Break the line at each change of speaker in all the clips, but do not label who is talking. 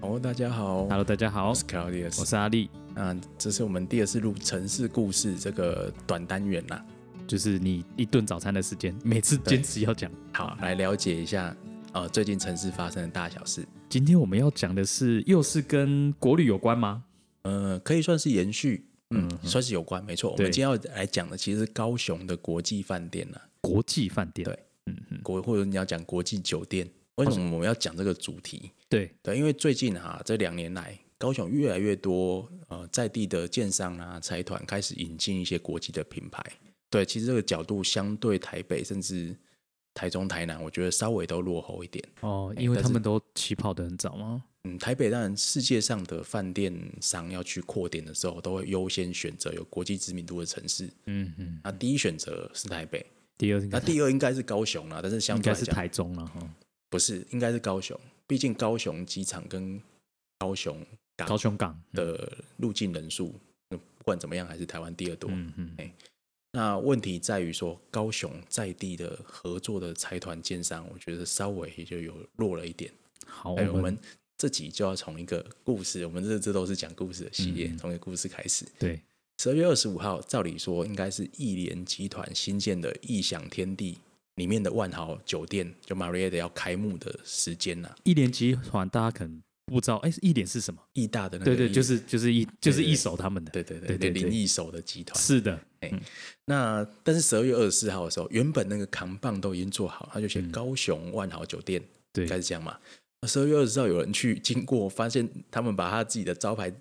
Hello，大哦家好
Hello，大家好，
我
我
是 Claudius。
是阿力，
那这是我们第二次录城市故事这个短单元啦。
就是你一顿早餐的时间，每次坚持要讲。
好，来了解一下呃最近城市发生的大小事。
今天我们要讲的是，又是跟国旅有关吗？
呃，可以算是延续，嗯，算是有关，没错。我们
对
今天要来讲的其实是高雄的国际饭店啦，
国际饭店，嗯
对国或者你要讲国际酒店。为什么我们要讲这个主题？
对
对，因为最近哈、这两年来，高雄越来越多呃在地的建商啊、财团开始引进一些国际的品牌。对，其实这个角度相对台北甚至台中、台南，我觉得稍微都落后一点。
哦，
哎
因为
但
他
是
们都起跑的很早吗？
嗯，台北当然世界上的饭店商要去扩点的时候，都会优先选择有国际知名度的城市。
嗯嗯，
那第一选择是台北，
第二应
那
该
第二应该是高雄啦，但是相
应
对
该
来
是
讲，
台中啊嗯哦了哈，
不是应该是高雄，毕竟高雄机场跟高雄港
高雄港。
的入境人数，嗯不管怎么样还是台湾第二多。
嗯嗯，
那问题在于说，高雄在地的合作的财团建商，我觉得稍微就有弱了一点。
好，
哎，我
我们
们这集就要从一个故事，我们这这都是讲故事的系列，
嗯
从一个故事开始。
对
十二月二十五号，照理说应该是亿联集团新建的异想天地里面的万豪酒店，就 Marriott 要开幕的时间呐、啊。
一联集团，大家可能不知道，哎，一联是什么？
亿大的那个
对
亿，
对，就是就是一就是
对对
一手他们的，
对对对
对对
对，
对
林一手的集团。
是的，
那但是十二月二十四号的时候，原本那个扛棒都已经做好，他就写
嗯
高雄万豪酒店，
对
应该是这样嘛。十二月二十四号有人去经过，发现他们把他自己的招牌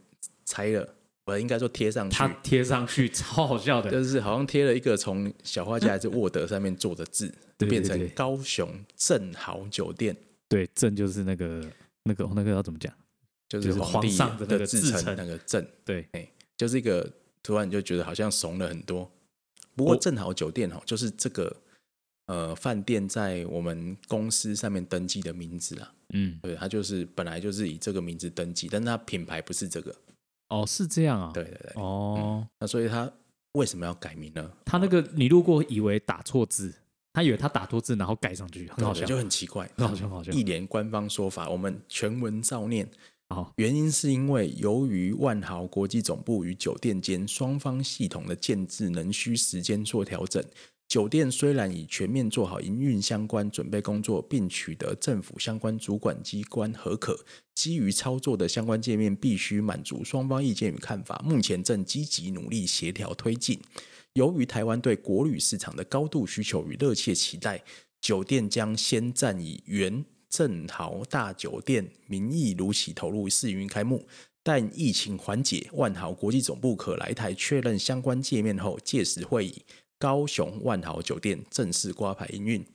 拆了，我应该说贴上去
他，贴上去超好笑的，
就是好像贴了一个从小画家还是沃德上面做的字，
对对
变成
对
高雄正豪酒店，
对，正就是那个那个那个要怎么讲？
就是
就是
皇帝
皇上的那个
自
自
称
称
那个正，
对，
就是一个突然就觉得好像怂了很多。不过正好酒店哦，就是这个呃饭店在我们公司上面登记的名字啦，
嗯，
对，它就是本来就是以这个名字登记，但是它品牌不是这个，
哦，是这样啊，
对嗯对对，
哦，
那所以它为什么要改名呢？
他那个你路过以为打错字，他以为他打错字，然后盖上去，很好
对
笑，
就很奇怪，
很好笑，很好笑。
一连官方说法，我们全文照念。
好，
原因是因为由于万豪国际总部与酒店间双方系统的建制仍需时间做调整。酒店虽然已全面做好营运相关准备工作，并取得政府相关主管机关核可，基于操作的相关界面必须满足双方意见与看法，目前正积极努力协调推进。由于台湾对国旅市场的高度需求与热切期待，酒店将先暂以原正豪大酒店名义如期投入试营运开幕。但疫情缓解，万豪国际总部可来台确认相关界面后，届时会以高雄万豪酒店正式挂牌营运。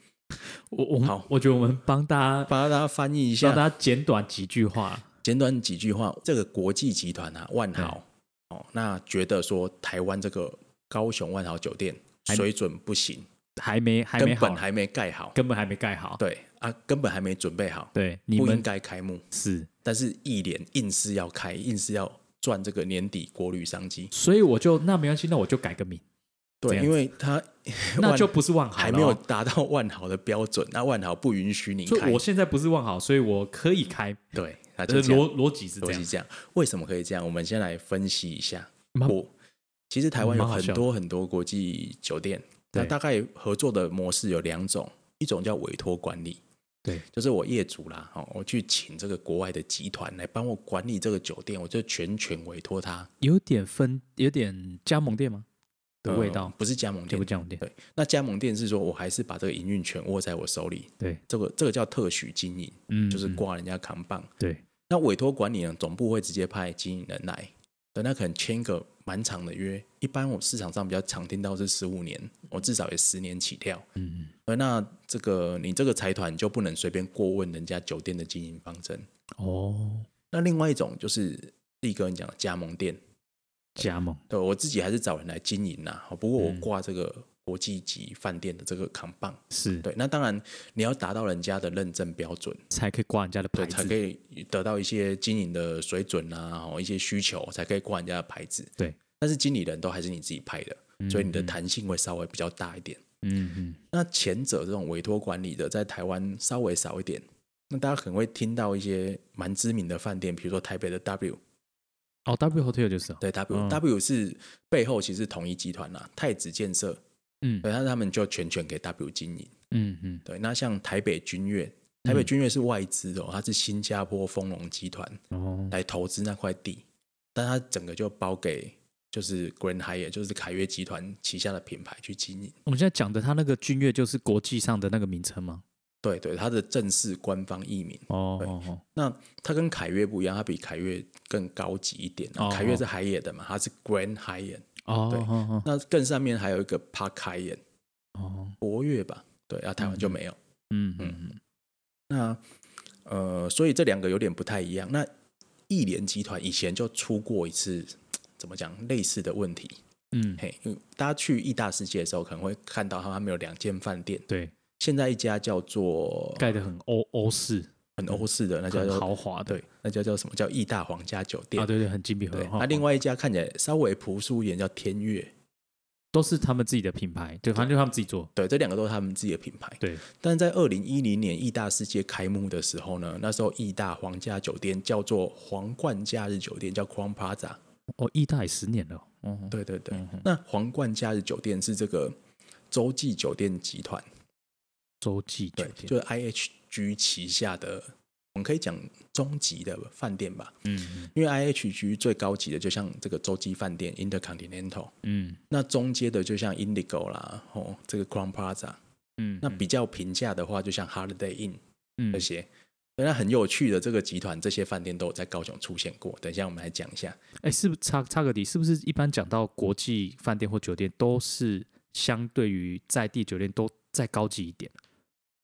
我我们
好
我觉得我们帮大家
帮大家翻译一
帮
下，
大家简短几句话，
简短几句话。这个国际集团啊，万豪哦，那觉得说台湾这个高雄万豪酒店水准不行，
还没还没
根
好
本，还没盖好，
根本还没盖好。
对啊，根本还没准备好，
对，你
不应
们
该开幕。
是，
但是一连硬是要开，硬是要赚这个年底国旅商机。
所以我就那没关系，那我就改个 名，这
对，
样子
因为他
那
万
就不是万豪了哦
还没有。达到万豪的标准，那万豪不允许你
所
开
以。我现在不是万豪，所以我可以开。
对，那就
呃，
这样
逻逻辑是这
逻辑
样，
这样。为什么可以这样？我们先来分析一下。
蛮
我其实台湾有
蛮好
很
笑的
多很多国际酒店，那
对
大概合作的模式有两种，一种叫委托管理，
对，
就是我业主啦，哦，我去请这个国外的集团来帮我管理这个酒店，我就全权委托他
有点分，有点加盟店吗的味道
呃，不是加盟
这
店
个，加盟店，
对，那加盟店是说我还是把这个营运权握在我手里，
对，
这个这个叫特许经营，
嗯，
就是
嗯
挂人家扛棒。
对，
那委托管理呢，总部会直接派经营人来，对，那可能签一个蛮长的约，一般我市场上比较常听到是十五年，我至少也十年起跳。
嗯，
对，那这个你这个财团就不能随便过问人家酒店的经营方针。
哦，
那另外一种就是力哥你讲的加盟店，
加盟，
对我自己还是找人来经营啦，不过我
嗯
挂这个国际级饭店的这个扛棒。
是
对，那当然你要达到人家的认证标准，
才可以挂人家的
对，
牌
才
子，
可以得到一些经营的水准啊，哦一些需求，才可以挂人家的牌子。
对，嗯
但是经理人都还是你自己派的，所以你的弹性会稍微比较大一点。
嗯嗯，
那前者这种委托管理的，在台湾稍微少一点，那大家可能会听到一些蛮知名的饭店，比如说台北的 W，
哦，W Hotel 就是哦，
对 W、
嗯
W 是背后其实是统一集团啦，太子建设，
嗯
对，但是他们就全权给 W 经营。
嗯嗯，
对，那像台北君悦，台北
嗯
君悦是外资的哦，它是新加坡丰隆集团
哦，
来投资那块地，但它整个就包给就是 Grand Hyatt，就是凯悦集团旗下的品牌去经营。
我们现在讲的它那个君悦就是国际上的那个名称吗？
对对，它的正式官方译名。
哦
对
哦哦，
那它跟凯悦不一样，它比凯悦更高级一点。啊
哦
凯悦是海野的嘛，它是 Grand Hyatt。
哦
对
哦
那更上面还有一个 Park Hyatt，
哦哦，
博悦吧？对，啊，台湾就没有。
嗯嗯
那呃，所以这两个有点不太一样。那亿联集团以前就出过一次，怎么讲类似的问题？
嗯，
嘿，因为大家去亿大世界的时候，可能会看到他们有两间饭店，
对，
现在一家叫做
盖的很欧欧式，
很欧式的，那家
很
叫
豪华的，
对，那家叫什么叫亿大皇家酒店
啊，？对对，很金碧辉
对，
煌。
那另
外
外一家看起来稍微朴素一点，叫天悦。
都是他们自己的品牌，对，反正就他们自己做，
对，这两个都是他们自己的品牌。
对，
但是在二零一零年亿大世界开幕的时候呢，那时候亿大皇家酒店叫做皇冠假日酒店，叫 Crown Plaza。
哦，意大也十年了，哦，
对对对，那皇冠假日酒店是这个洲际酒店集团，
洲际酒
对，
店，
就是 IHG 旗下的，我们可以讲中级的饭店吧，
嗯
因为 IHG 最高级的就像这个洲际饭店 Intercontinental，
嗯
那中阶的就像 Indigo 啦，哦，这个 Crown Plaza，
嗯，
那比较平价的话就像 Holiday Inn
嗯
这些。那很有趣的这个集团，这些饭店都有在高雄出现过。等一下我们来讲一下。
哎，是不是插插个底？是不是一般讲到国际饭店或酒店，都是相对于在地酒店都再高级一点？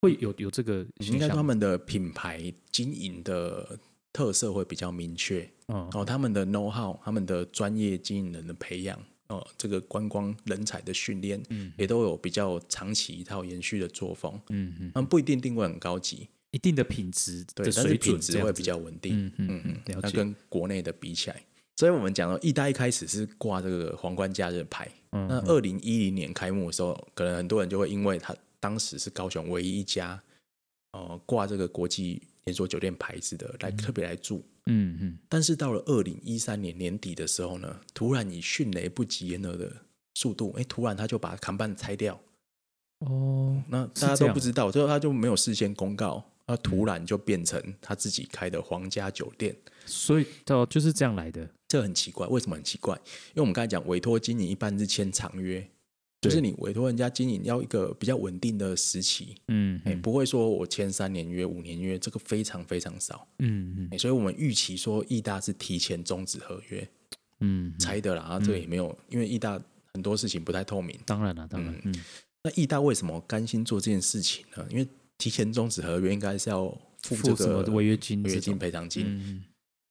会有有这个
应
现
该
象
说他
吗？
们的品牌经营的特色会比较明确，
嗯
哦，他们的 know how，他们的专业经营人的培养，哦，这个观光人才的训练，
嗯
也都有比较长期一套延续的作风。
嗯嗯，
他们不一定定位很高级，
一定的品质
对
的，
但是
水准
品
这
质
样
会
子
比较稳定。
嗯嗯嗯，了
那
解。
跟国内的比起来，所以我们讲到意大一开始是挂这个皇冠假日牌，
嗯
那二零一零年开幕的时候，可能很多人就会因为它当时是高雄唯一一家呃挂这个国际连锁酒店牌子的来特别来住。
嗯嗯
但是到了二零一三年年底的时候呢，突然以迅雷不及掩耳的速度，哎，突然他就把看板拆掉，
哦，
那
是
大家
这
都
样
不知道，最后他就没有事先公告，他突然就变成他自己开的皇家酒店，
所以哦就是这样来的。
这很奇怪。为什么很奇怪？因为我们刚才讲委托经营一般是签长约，就
对
是你委托人家经营要一个比较稳定的时期，
嗯
哎、
嗯
不会说我签三年约、五年约，这个非常非常少。
嗯嗯
哎所以我们预期说意大是提前终止合约，
嗯，
猜的啦，啊这个也没有，因为意大很多事情不太透明。
当然了，当然，嗯
那意大为什么甘心做这件事情呢？因为提前终止合约应该是要付这
付什么
个
违约金这
违
种？
约金、赔偿金，
嗯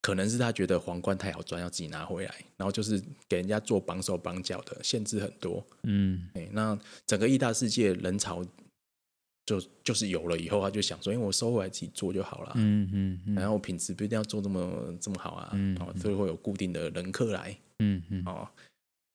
可能是他觉得皇冠太好赚，要自己拿回来，然后就是给人家做绑手绑脚的，限制很多。
嗯
哎，那整个意大世界人潮就就是有了以后，他就想说，因为哎我收回来自己做就好了。
嗯嗯
然后品质不一定要做这么这么好啊，
嗯
哦，所以会有固定的人客来，
嗯嗯，
哦，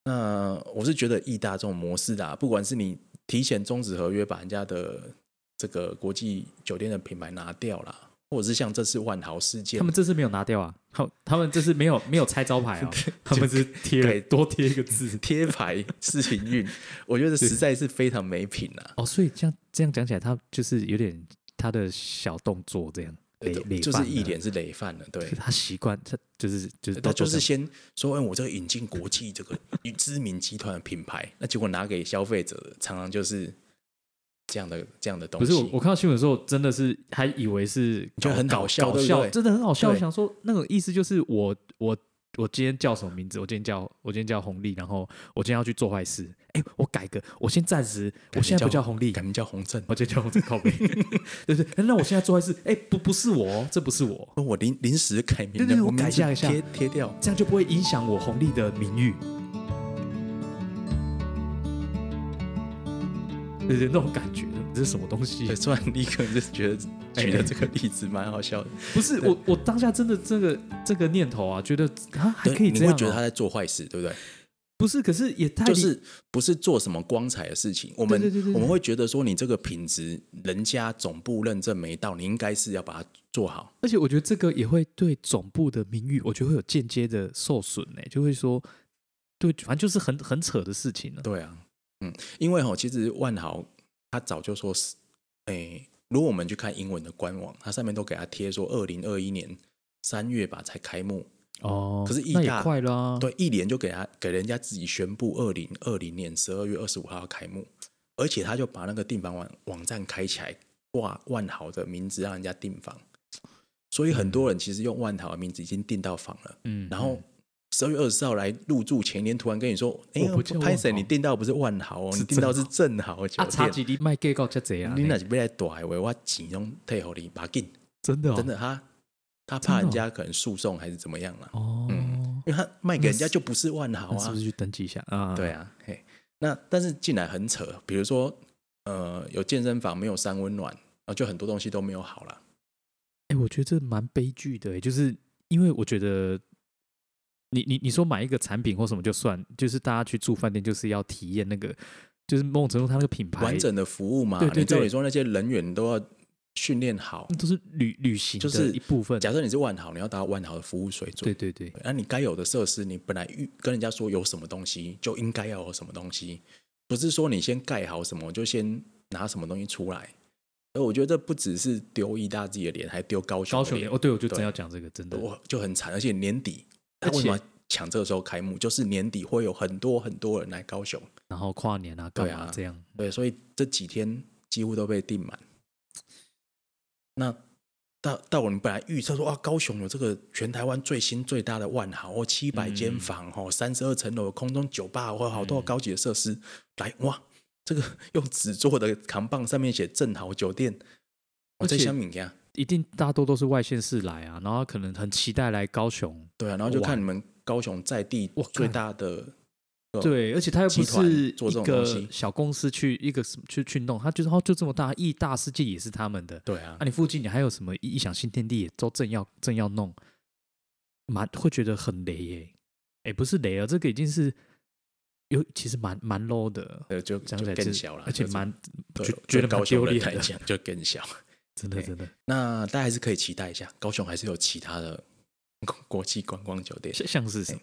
那我是觉得意大这种模式啊，不管是你提前终止合约，把人家的这个国际酒店的品牌拿掉啦，或者是像这次万豪事件
他，们这次没有拿掉啊，他他们这次没 有没有拆招牌啊，他们只是贴
对
了多贴一个字
贴牌是营运，我觉得实在是非常没品啊。
哦，所以这样这样讲起来，他就是有点他的小动作这样，累累
就
犯
是
了
一点是累犯了，对
可是，他习惯，他就是就是
他
都
就是
都这样
先说，哎，我这个引进国际这个知名集团的品牌，那结果拿给消费者，常常就是这样的这样的东
不
西。
是我我看到新闻的时候，真的是还以为是
觉得
搞
很好
搞
笑
搞
对不
笑
对
真的很好笑。
对
我想说那种意思就是我我我今天叫什么名字？我今天叫我今天叫红利，然后我今天要去做坏事，哎，我改个，我先暂时，我现在不叫红利
改，名叫红正，
我今天叫红利靠背， 对不对？那我现在做坏事，哎，不不是我哦，这不是我，
我临临时改名
对
了，
对我
名
改
字
下一下
贴贴掉。
这样就不会影响我红利的名誉。对对，那种感觉，这是什么东西
对，？突然立刻就觉得举的这个例子蛮好笑的，
不是我，我当下真的这个这个念头啊，觉得啊还
对
可以
你
这
会
样、啊，
觉得他在做坏事，对不对？
不是，可是也太
就是不是做什么光彩的事情，我们
对对对对
我们会觉得说你这个品质，人家总部认证没到，你应该是要把它做好。
而且我觉得这个也会对总部的名誉，我觉得会有间接的受损呢、就会说，对，反正就是很很扯的事情了、
对啊，嗯，因为哈、其实万豪他早就说是，哎、如果我们去看英文的官网，它上面都给他贴说二零二一年三月吧才开幕，
哦，
可是意
那也
大
快啦、
对，一连就给他给人家自己宣布二零二零年十二月二十五号要开幕，而且他就把那个订房网网站开起来，挂万豪的名字让人家订房，所以很多人其实用万豪的名字已经订到房了，
嗯，嗯，
然后。十二月二十号来入住前一天，突然跟你说：“哎、
我不叫
拍谁？
万
你
豪
订到不是万豪哦，
是
你订到
正
是正豪酒
啊，差
店。
几滴卖 gay 告加贼啊，
你那是要来大的话，我钱拢退给你，把紧。
真的、哦、
真的，他他
真的
怕
哦
人家可能诉讼还是怎么样啦、
哦，
嗯因为他卖给人家就不是万豪
那是
啊
不。是去登记一下啊？
对啊，嘿，那但是进来很扯，比如说呃，有健身房没有三温暖，然后就很多东西都没有好啦。
哎、我觉得这蛮悲剧的、欸，就是因为我觉得你你你说买一个产品或什么就算，就是大家去住饭店就是要体验那个，就是某种程度它那个品牌
完整的服务嘛，
对对
你照
对嗯
理说那些人员都要训练好。
都是旅旅行
就
的
是
一部分。
假设你是万豪，你要达到万豪的服务水准
对。对对，
那、你该有的设施，你本来预跟人家说有什么东西，就应该要有什么东西，不是说你先盖好什么就先拿什么东西出来。而我觉得这不只是丢意大自己的脸，还丢高雄
高
的
雄
脸，
哦，对，我就真
对
要讲这个，真的，
我就很惨。而且年底，他
而且
为什么要抢这个时候开幕？就是年底会有很多很多人来高雄，
然后跨年啊，干
对
嘛
啊
这样？
对，所以这几天几乎都被订满。那到到我们本来预测说啊，高雄有这个全台湾最新最大的万豪哦，七百
嗯
间房哦，三十二层楼的空中酒吧或好多高级的设施，来哇，这个 用纸做的扛棒上面写正豪酒店，
而
我在
且
香啊敏呀，
一定大多都是外县市来啊，然后可能很期待来高雄，
对啊，然后就
哇
看你们高雄在地
哇
最
干
大的
对，而且他又不
集团
是
做这种
一
东
个
西
小公司去一个什么去去弄，他就是哦就这么大，亿大世界也是他们的，
对啊
啊，，你附近你还有什么异异想新天地也都正要正要弄，蛮会觉得很雷耶、哎、不是雷啊，这个已经是有其实蛮蛮 low 的，
呃就
讲起
就
来
更
是
小了，
而且
就是
蛮
对
觉
对
觉得蛮
高雄
丢
人
脸
来
的，
讲就更小。
真的
哎
真的。
那大家还是可以期待一下，高雄还是有其他的 国国际观光酒店。
像像是什么？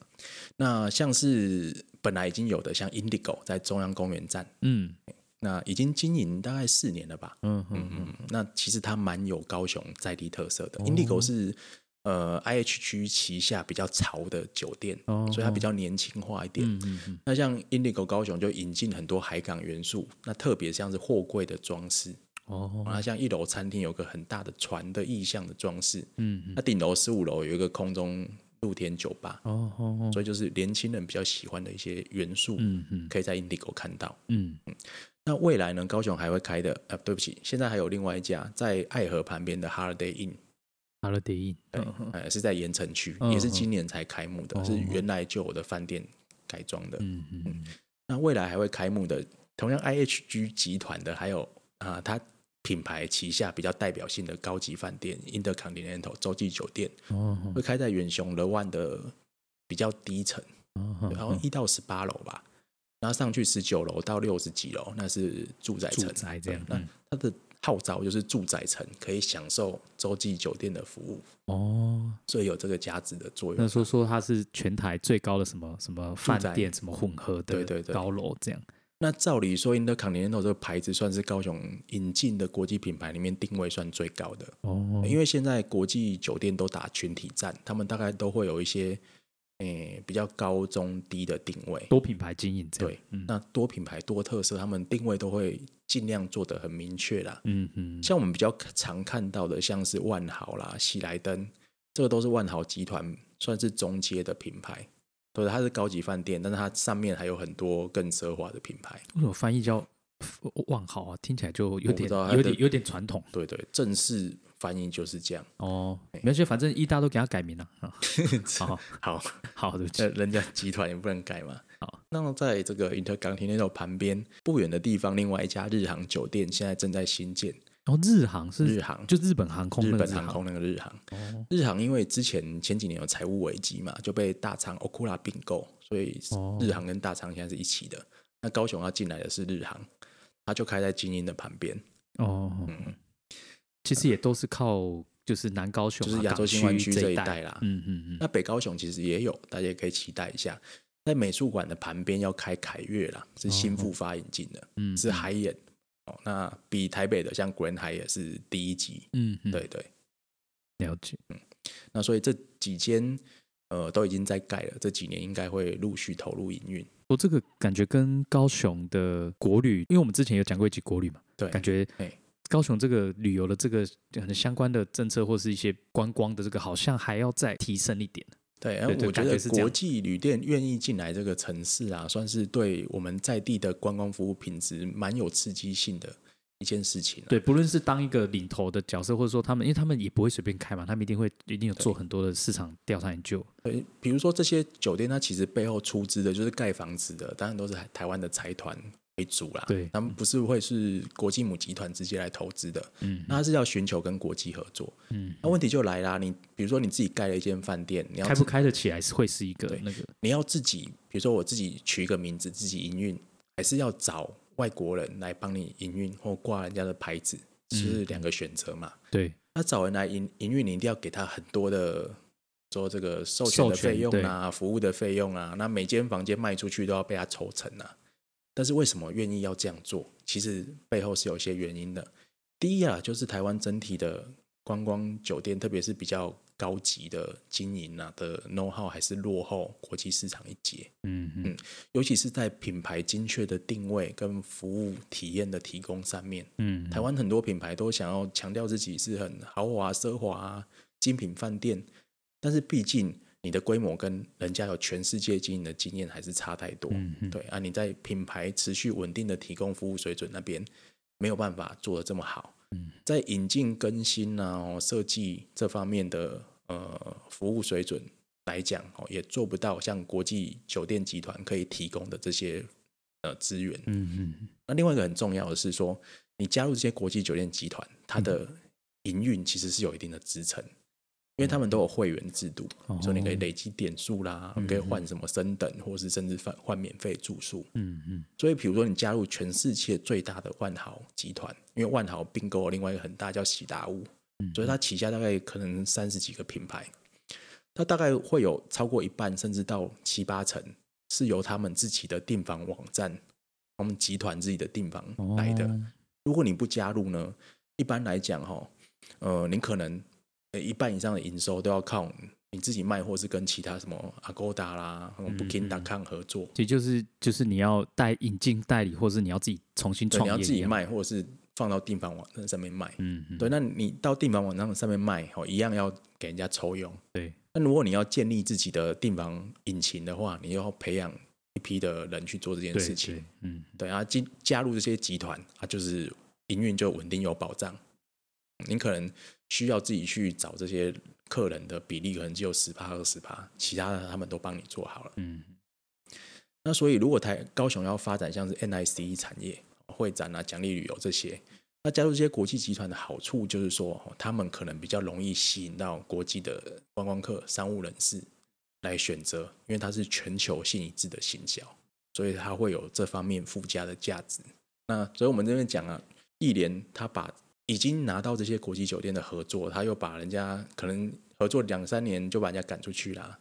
那像是本来已经有的，像 Indigo 在中央公园站，
嗯
那已经经营大概四年了吧。
嗯
嗯
嗯嗯，
嗯，那其实它蛮有高雄在地特色的。
哦
Indigo 是呃 IH 区旗下比较潮的酒店，
哦
所以它比较年轻化一点。
嗯嗯嗯，
那像 Indigo 高雄就引进很多海港元素，那特别像是货柜的装饰，
哦，
那像一楼餐厅有个很大的船的意象的装饰，
嗯嗯
那顶楼十五楼有一个空中露天酒吧，
哦哦哦，
所以就是年轻人比较喜欢的一些元素，
嗯嗯
可以在 Indigo 看到。
嗯，
那未来呢，高雄还会开的，呃，对不起，现在还有另外一家在爱河旁边的 Holiday Inn，
哈勒迪印，
对，
嗯
呃，是在盐城区，
嗯
也是今年才开幕的，
哦
是原来就有的饭店改装的。
嗯嗯嗯，
那未来还会开幕的，同样 IHG 集团的，还有啊、它品牌旗下比较代表性的高级饭店 Intercontinental 洲际酒店，
哦
会开在远雄乐万的比较低层，
哦，
然后一到十八楼吧，然后上去十九楼到六十几楼，那是住宅层。
住宅这样，嗯
对那它的号召就是住宅层可以享受洲际酒店的服务，
哦，
所以有这个价值的作
那
用。
说说它是全台最高的什么什么饭
宅
店什么混合
对
的
对对
高楼这样，
那照理说，Intercontinental 这个牌子算是高雄引进的国际品牌里面定位算最高的，
哦，
因为现在国际酒店都打群体战，他们大概都会有一些诶、比较高中低的定位。
多品牌经营这样，嗯
对，那多品牌多特色，他们定位都会尽量做得很明确啦。
嗯嗯，
像我们比较常看到的，像是万豪啦、喜来登，这个都是万豪集团算是中阶的品牌。对，它是高级饭店，但是它上面还有很多更奢华的品牌。
为什么翻译叫万豪啊？听起来就有
我不
点
知道它
有
的
点有点传统
对对，正式翻译就是这样。
哦，没事，反正一大都给他改 名了，啊好
好，
好对不
呃，
起，
人家集团也不能改嘛。
好，
那在这个 Intercontinental 旁边不远的地方，另外一家日航酒店现在正在新建，
然后日航
日
是
航，
就日本航空
日
那个
本
日
航
航
空那个日航。
哦
日航因为之前前几年有财务危机嘛，就被大仓 Okura 并购，所以
哦
日航跟大仓现在是一起的。那高雄要进来的是日航，它就开在精英的旁边，嗯
哦，其实也都是靠就是南高雄
就
啊、
是亚洲
港
新湾区
这
这一带啊
带，
啦。
嗯嗯
那北高雄其实也有，大家也可以期待一下。在美术馆的旁边要开凯悦啦，是
哦
新复发引进的，
嗯，
是
嗯
海眼哦。那比台北的像 Grand 海也是第一级，
嗯嗯
对对。
了解
那所以这几间呃都已经在盖了，这几年应该会陆续投入营运。
我这个感觉跟高雄的国旅，因为我们之前有讲过一集国旅嘛，
对，
感觉
对
高雄这个旅游的这个可能相关的政策或是一些观光的这个，好像还要再提升一点。
对，然
对
后
对
我觉
感觉
得
是这样
国际旅店愿意进来这个城市啊，算是对我们在地的观光服务品质蛮有刺激性的一件事情、啊。
对，不论是当一个领头的角色，或者说他们，因为他们也不会随便开嘛，他们一定会一定有做很多的市场调查研究。
对，比如说这些酒店，它其实背后出资的就是盖房子的，当然都是台台湾的财团为主啦。
对
他们不是会是国际母集团直接来投资的，
嗯
那它是要寻求跟国际合作。
嗯，
那问题就来啦，你比如说你自己盖了一间饭店，你要
开
自
不开得起来是会是一个
对
那个
你要自己，比如说我自己取一个名字，自己营运，还是要找外国人来帮你营运或挂人家的牌子，这是两个选择嘛？
对
那找人来营营运，你一定要给他很多的说这个授权的
授权
费用啊，服务的费用啊，那每间房间卖出去都要被他抽成啊。但是为什么愿意要这样做？其实背后是有一些原因的。第一啊，就是台湾整体的观光酒店，特别是比较高级的经营啊的 know how 还是落后国际市场一截，
嗯嗯
尤其是在品牌精确的定位跟服务体验的提供上面。
嗯，
台湾很多品牌都想要强调自己是很豪华、奢华、啊、精品饭店，但是毕竟你的规模跟人家有全世界经营的经验还是差太多。
嗯嗯
对啊，你在品牌持续稳定的提供服务水准那边没有办法做的这么好。
嗯
在引进更新啊、哦设计这方面的呃服务水准来讲，哦，也做不到像国际酒店集团可以提供的这些呃资源。
嗯嗯
那另外一个很重要的是说，你加入这些国际酒店集团，它的
嗯
营运其实是有一定的支撑，因为他们都有会员制度，
嗯哦
所以你可以累积点数啦，
嗯
可以换什么升等，或是甚至换换免费住宿。
嗯嗯
所以，比如说你加入全世界最大的万豪集团，因为万豪并购了另外一个很大叫喜达屋，
嗯，
所以它旗下大概可能三十几个品牌，它大概会有超过一半，甚至到七八成是由他们自己的订房网站，他们集团自己的订房来的。
哦
如果你不加入呢，一般来讲哈、呃，你可能呃一半以上的营收都要靠你自己卖，或是跟其他什么 Agoda 啦、什么
嗯
Booking.com 合作，
所以就是就是你要带引进代理，或是你要自己重新
对，你
创业，
要自己，卖，或者是放到订房网站上面卖。
嗯，嗯
对，那你到订房网站上面卖，哦，一样要给人家抽佣。
对，
那如果你要建立自己的订房引擎的话，你要培养一批的人去做这件
对
事情。，
对嗯，
对啊，进加入这些集团，啊，就是营运就稳定有保障。您可能需要自己去找这些客人的比例，可能只有十趴二十趴，其他的他们都帮你做好了。
嗯，
那所以，如果台高雄要发展像是 NIC E 产业、会展啊、奖励旅游这些，那加入这些国际集团的好处就是说，哦他们可能比较容易吸引到国际的观光客、商务人士来选择，因为它是全球性一致的行销，所以它会有这方面附加的价值。那所以我们这边讲啊，一联它把已经拿到这些国际酒店的合作，他又把人家可能合作两三年就把人家赶出去啦，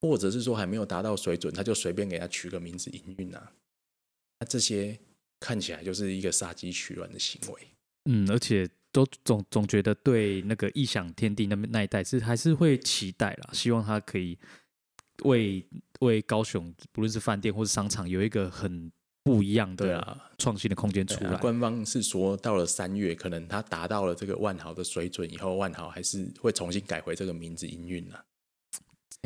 或者是说还没有达到水准，他就随便给他取个名字营运啊。那这些看起来就是一个杀鸡取卵的行为。
嗯，而且都总总觉得对那个异想天地那边那一代是还是会期待啦，希望他可以为为高雄不论是饭店或是商场有一个很不一样
对
的
啊，
创新的空间
对
出
啊
来。
官方是说到了三月，可能他达到了这个万豪的水准以后，万豪还是会重新改回这个名字营运啊。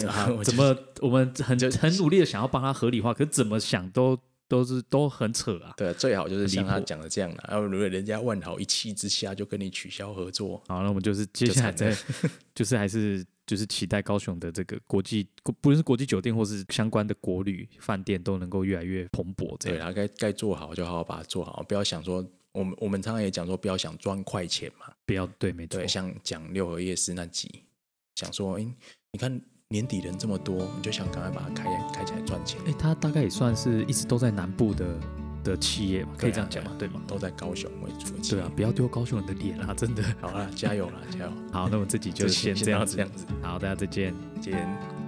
啊
我
怎
就
么我们很
就
很努力的想要帮他合理化，可是怎么想都都是都很扯啊。
对啊，最好就是像
很离
他
谱
讲的这样啦。然啊后如果人家万豪一气之下就跟你取消合作，
好，那我们就是接
就
下来
惨
再
了
就是还是就是期待高雄的这个国际，国不论是国际酒店或是相关的国旅饭店都能够越来越蓬勃这
对啊
样。
啦，该该做好就好好把它做好，不要想说我们我们常常也讲说，不要想赚快钱嘛。
不要对，没错
对，，像讲六合夜市那集，想说，哎、你看年底人这么多，你就想赶快把它开开起来赚钱。
哎，它大概也算是一直都在南部的的企业
啊
嘛，可以这样讲嘛，对吗？
都在高雄为主的企
对
业
啊，，不要丢高雄人的脸啦，真的。
好啦，加油啦，加油！
好，那我们这集就
就先
先这样子
先到这样，
好，大家再见。
今天。